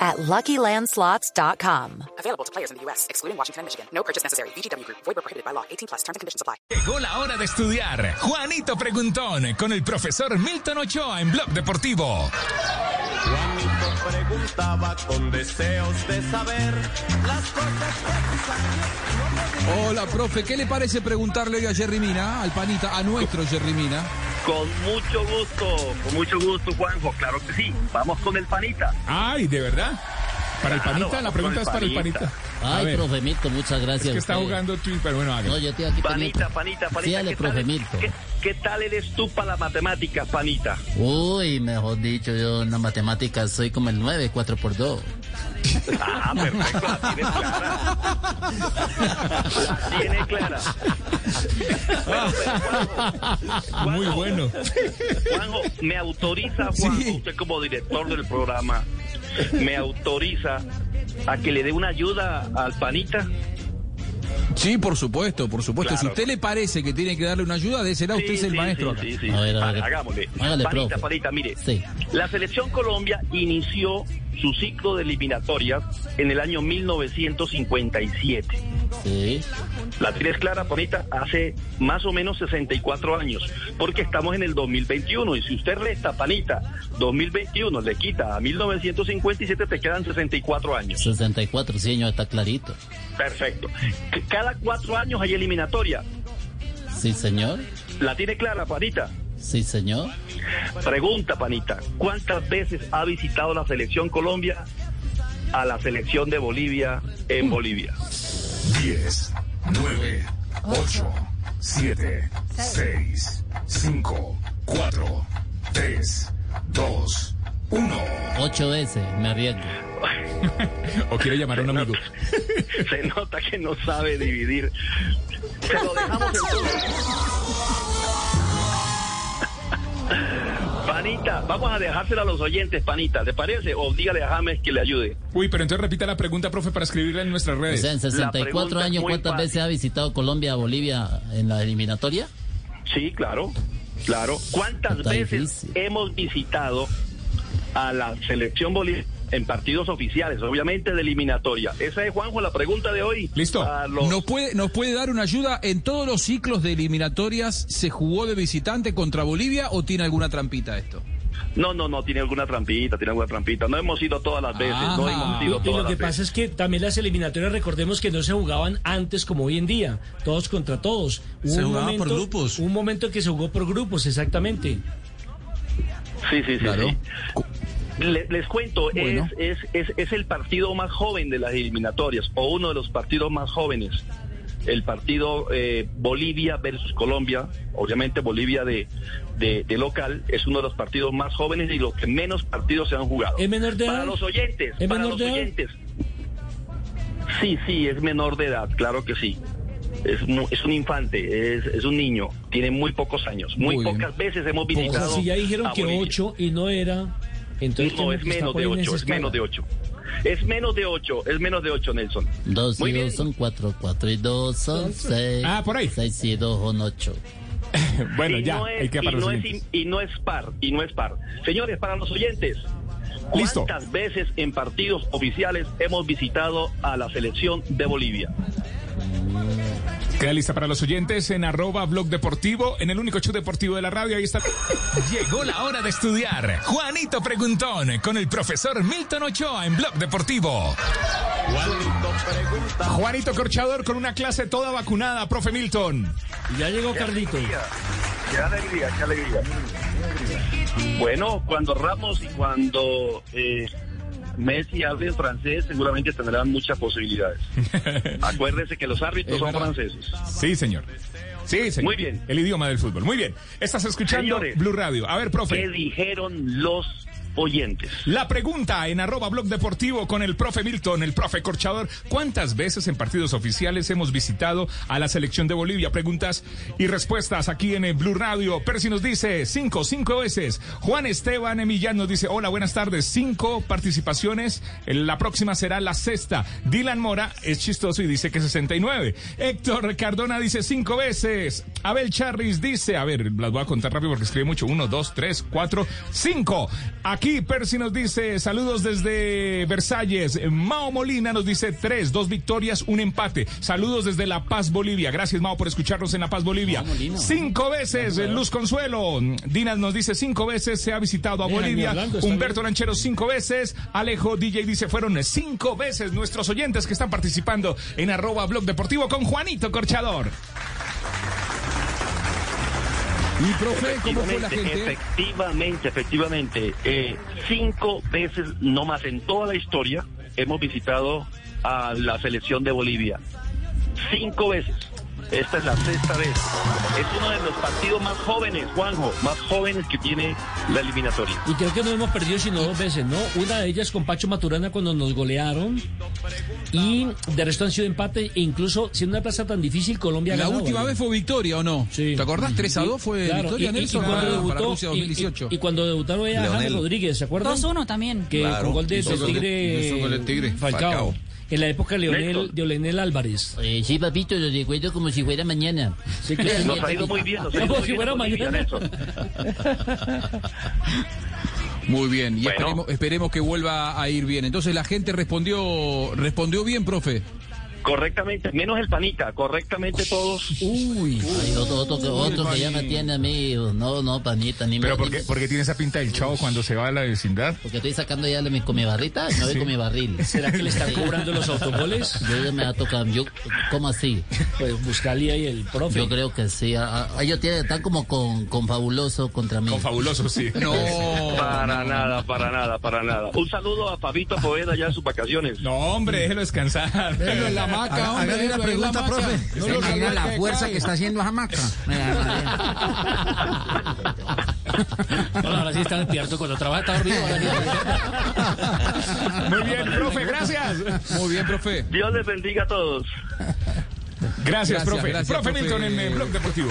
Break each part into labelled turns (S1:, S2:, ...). S1: at LuckyLandSlots.com.
S2: Available to players in the U.S., excluding Washington and Michigan. No purchase necessary. VGW Group. Void where prohibited by law. 18 plus. Terms and conditions apply.
S3: Llegó la hora de estudiar. Juanito Preguntón con el profesor Milton Ochoa en Blog Deportivo.
S4: Juanito preguntaba con deseos de saber las cosas que
S5: Hola, profe, ¿qué le parece preguntarle hoy a Jerry Mina, al panita, a nuestro Jerry Mina?
S6: Con mucho gusto, con mucho gusto, Juanjo, claro que sí. Vamos con el panita.
S3: Ay, ¿de verdad? Para el
S6: Claro,
S3: panita, la
S6: vamos
S3: pregunta
S6: con el
S3: es para el
S6: panita.
S3: panita. A
S7: Ay,
S3: ver,
S7: profe Milton, muchas gracias.
S3: es que está
S7: Usted-
S3: jugando Twitter, bueno, hágale.
S7: No, yo estoy aquí
S6: Panita,
S7: pendiente.
S6: panita, panita.
S7: Sí, dale,
S6: ¿qué,
S7: profe
S6: tal,
S7: Milton.
S6: ¿qué, qué tal eres tú para la matemática, panita?
S7: Uy, mejor dicho, yo en las matemáticas soy como el 9, 4 por 2.
S6: Ah, perfecto, la tienes clara. La tienes clara. Bueno, pero, Juanjo,
S3: Muy
S6: Juanjo,
S3: bueno.
S6: Juanjo, me autoriza, Juanjo, usted como director del programa, me autoriza a que le dé una ayuda al panita.
S5: Sí, por supuesto, por supuesto.
S6: Claro.
S5: Si usted le parece que tiene que darle una ayuda,
S7: Ah,
S5: désela, usted es el maestro
S6: sí,
S5: acá.
S6: sí, sí.
S7: A ver, a ver.
S6: Ah, Hagámosle.
S7: Hágale,
S6: Panita,
S7: profe.
S6: panita, mire.
S7: Sí.
S6: La selección Colombia inició su ciclo de eliminatorias en el año 1957.
S7: Sí.
S6: La tienes clara, panita, hace más o menos 64 años, porque estamos en el 2021 y si usted resta, panita, 2021 le quita a 1957 te quedan 64 años.
S7: 64, sí, señor, está clarito.
S6: Perfecto. C- Cada cuatro años hay eliminatoria.
S7: Sí, señor.
S6: La tiene clara, panita.
S7: Sí, señor.
S6: Pregunta, panita, ¿cuántas veces ha visitado la selección Colombia a la selección de Bolivia en Bolivia?
S8: 10, 9, 8, 7, 6, 5, 4, 3, 2, 1.
S7: Ocho veces, me arriesgo.
S3: O quiere llamar a un amigo.
S6: Se nota que no sabe dividir. Se lo dejamos en- Panita, vamos a dejárselo a los oyentes, panita, ¿te parece? O dígale a James que le ayude.
S3: Uy, pero entonces repita la pregunta, profe, para escribirla en nuestras
S7: O
S3: redes.
S7: sea, en 64
S6: pregunta es
S7: años,
S6: muy
S7: ¿cuántas
S6: fácil.
S7: veces ha visitado Colombia a Bolivia en la eliminatoria?
S6: Sí, claro, claro. ¿Cuántas
S7: Está
S6: veces
S7: difícil.
S6: hemos visitado a la selección boliviana en partidos oficiales, obviamente de eliminatoria? Esa es, Juanjo, la pregunta de hoy.
S3: Listo.
S6: A los-
S5: ¿Nos puede, ¿Nos puede dar una ayuda? ¿En todos los ciclos de eliminatorias se jugó de visitante contra Bolivia o tiene alguna trampita esto?
S6: No, no, no, tiene alguna trampita, tiene alguna trampita. No hemos ido todas las veces, no
S5: Ajá.
S6: hemos
S9: Y
S6: ido
S9: y
S6: todas
S9: lo
S6: las
S9: que
S6: veces.
S9: pasa es que también las eliminatorias, recordemos que no se jugaban antes como hoy en día, todos contra todos. Hubo
S5: Se
S9: un
S5: jugaba por
S9: momento-
S5: grupos.
S9: Un momento que se jugó por grupos, exactamente.
S6: Sí, sí, sí.
S5: Claro.
S6: sí. Le- les cuento, es-
S5: Bueno.
S6: es, es, es el partido más joven de las eliminatorias, o uno de los partidos más jóvenes. El partido eh, Bolivia versus Colombia, obviamente Bolivia de, de, de local, es uno de los partidos más jóvenes y los que menos partidos se han jugado.
S9: ¿Es menor de
S6: Para
S9: edad?
S6: los oyentes,
S9: ¿Es
S6: para
S9: menor
S6: los
S9: de edad?
S6: oyentes. Sí, sí, es menor de edad, claro que sí. Es, mu- es un infante, es, es un niño, tiene muy pocos años. Muy,
S5: Muy bien.
S6: pocas veces hemos
S9: O sea,
S6: visitado.
S9: si Pues, ya dijeron
S6: a
S9: que
S6: Bolivia.
S9: 8 y no era, entonces
S6: No,
S9: ¿quién
S6: es
S9: que está
S6: menos de
S9: poniendo esa
S6: 8, es
S9: escala?
S6: menos de 8. Es menos de 8, es menos de 8, Nelson.
S7: 2
S6: Muy
S7: y
S6: bien.
S7: 2 son 4, 4 y 2 son 6.
S3: Ah, por ahí.
S7: 6 y 2 son 8.
S3: bueno,
S6: y
S3: ya,
S6: no es,
S3: hay que
S6: y
S3: para los
S6: no es
S3: oyentes.
S6: im- y no es par, y no es par. Señores, para los oyentes,
S3: Listo.
S6: ¿cuántas veces en partidos oficiales hemos visitado a la selección de Bolivia?
S3: Queda lista para los oyentes en arroba blog deportivo, en el único show deportivo de la radio. Ahí está. Llegó la hora de estudiar. Juanito Preguntón con el profesor Milton Ochoa en Blog Deportivo.
S4: Juanito preguntaba
S3: Juanito Corchador con una clase toda vacunada, profe Milton.
S9: Ya llegó Carlitos.
S6: Qué alegría, qué alegría. Bueno, cuando Ramos y cuando eh, Messi hablen francés, seguramente tendrán muchas posibilidades. Acuérdense que los árbitros
S3: Es
S6: son
S3: verdad.
S6: franceses.
S3: Sí, señor. Sí, señor.
S6: Muy bien.
S3: El idioma del fútbol. Muy bien. Estás escuchando
S6: Señores.
S3: Blue Radio. A ver,
S6: ¿Qué
S3: profe.
S6: dijeron los oyentes.
S3: La pregunta en arroba blog deportivo con el profe Milton, el profe Corchador. ¿Cuántas veces en partidos oficiales hemos visitado a la selección de Bolivia? Preguntas y respuestas aquí en el Blue Radio. Percy nos dice cinco, cinco veces. Juan Esteban Emillán nos dice, hola, buenas tardes. Cinco participaciones. La próxima será la sexta. Dylan Mora es chistoso y dice que 69. Héctor Cardona dice cinco veces. Abel Charris dice, a ver, las voy a contar rápido porque escribe mucho. Uno, dos, tres, cuatro, cinco. Aquí Percy nos dice saludos desde Versalles. Mao Molina nos dice tres, dos victorias, un empate. Saludos desde La Paz, Bolivia. Gracias, Mao, por escucharnos en La Paz, Bolivia. Cinco veces, Luz Consuelo. Dinas nos dice cinco veces, se ha visitado a
S9: Mira, ni
S3: Bolivia.
S9: hablando, está
S3: Humberto Lanchero cinco veces. Alejo DJ dice fueron cinco veces nuestros oyentes que están participando en arroba blog deportivo con Juanito Corchador.
S5: Y profe, ¿cómo fue la
S6: Efectivamente,
S5: gente?
S6: efectivamente, efectivamente. Eh, cinco veces no más en toda la historia hemos visitado a la selección de Bolivia. Cinco veces. Esta es la sexta vez. Es uno de los partidos más jóvenes, Juanjo, más jóvenes que tiene la eliminatoria.
S9: Y creo que no hemos perdido sino dos veces, ¿no? Una de ellas con Pacho Maturana cuando nos golearon. Y de resto han sido empate. E incluso siendo una plaza tan difícil, Colombia ha
S5: La
S9: ganado,
S5: última
S9: ¿no?
S5: vez fue victoria o no?
S9: Sí.
S5: ¿Te acordás? 3 a 2 fue
S9: Claro,
S5: victoria
S9: y- y-
S5: Nelson
S9: y cuando
S5: para, para
S9: debutó-
S5: Rusia
S9: y- y-
S5: 2018.
S9: Y, cuando debutaron era
S10: Leonel.
S9: James Rodríguez, ¿se acuerdan?
S11: 2-1 también.
S9: que
S10: Claro,
S9: con gol de,
S10: hizo
S9: del
S10: gol de-
S9: tigre,
S10: hizo gol del Tigre,
S9: Falcao.
S10: Falcao.
S9: En la época de Leonel,
S6: Néstor.
S9: de Leonel Álvarez.
S7: Eh, sí, papito, lo recuerdo como si fuera mañana.
S9: Sí, claro.
S6: Nos ha ido muy bien, nos ha ido
S9: Como
S6: muy
S9: si
S6: bien
S9: fuera
S6: con Bolivia,
S9: mañana.
S6: Nelson.
S5: Muy bien, y
S6: Bueno.
S5: esperemos, esperemos que vuelva a ir bien. Entonces la gente respondió respondió bien, profe.
S6: Correctamente, menos el panita, correctamente todos.
S5: Uy,
S3: Uh,
S7: Ay, otro, otro, que- otro que ya me tiene a mí. No, no, panita, ni
S3: Pero
S7: modo,
S3: porque
S7: ni-
S3: tiene esa pinta del chavo cuando se va a la vecindad?
S7: Porque estoy sacando ya la- mi- con mi barrita, no voy con mi barril.
S9: ¿Será que le están cobrando los autogoles?
S7: Yo ya me ha tocado, yo, ¿cómo así?
S9: Pues buscarle ahí el profe.
S7: Yo creo que sí, a- a- ellos tienen, están como con, con fabuloso contra mí.
S3: Con fabuloso, sí.
S5: no.
S6: Para nada, para nada, para nada. Un saludo a Fabito Poveda ya en sus vacaciones.
S3: No, hombre, déjelo descansar.
S5: Déjelo en la hamaca,
S10: Haga-
S5: hombre,
S10: Hágale una
S5: déjelo en la
S10: pregunta,
S5: hamaca.
S10: profe.
S5: No
S10: ¿Se
S5: lo
S10: imagina
S5: salude
S10: la
S5: que
S10: fuerza
S5: cae.
S10: que está haciendo Hamaca?
S9: Bueno, ahora sí está despierto. Cuando trabaja está dormido. ahora sí.
S3: Muy bien, profe, gracias. Gracias,
S5: Muy bien, profe.
S6: Dios les bendiga a todos.
S5: Gracias,
S3: profe.
S5: gracias,
S3: profe
S5: profe.
S3: Milton en eh, Blog Deportivo.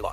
S2: law.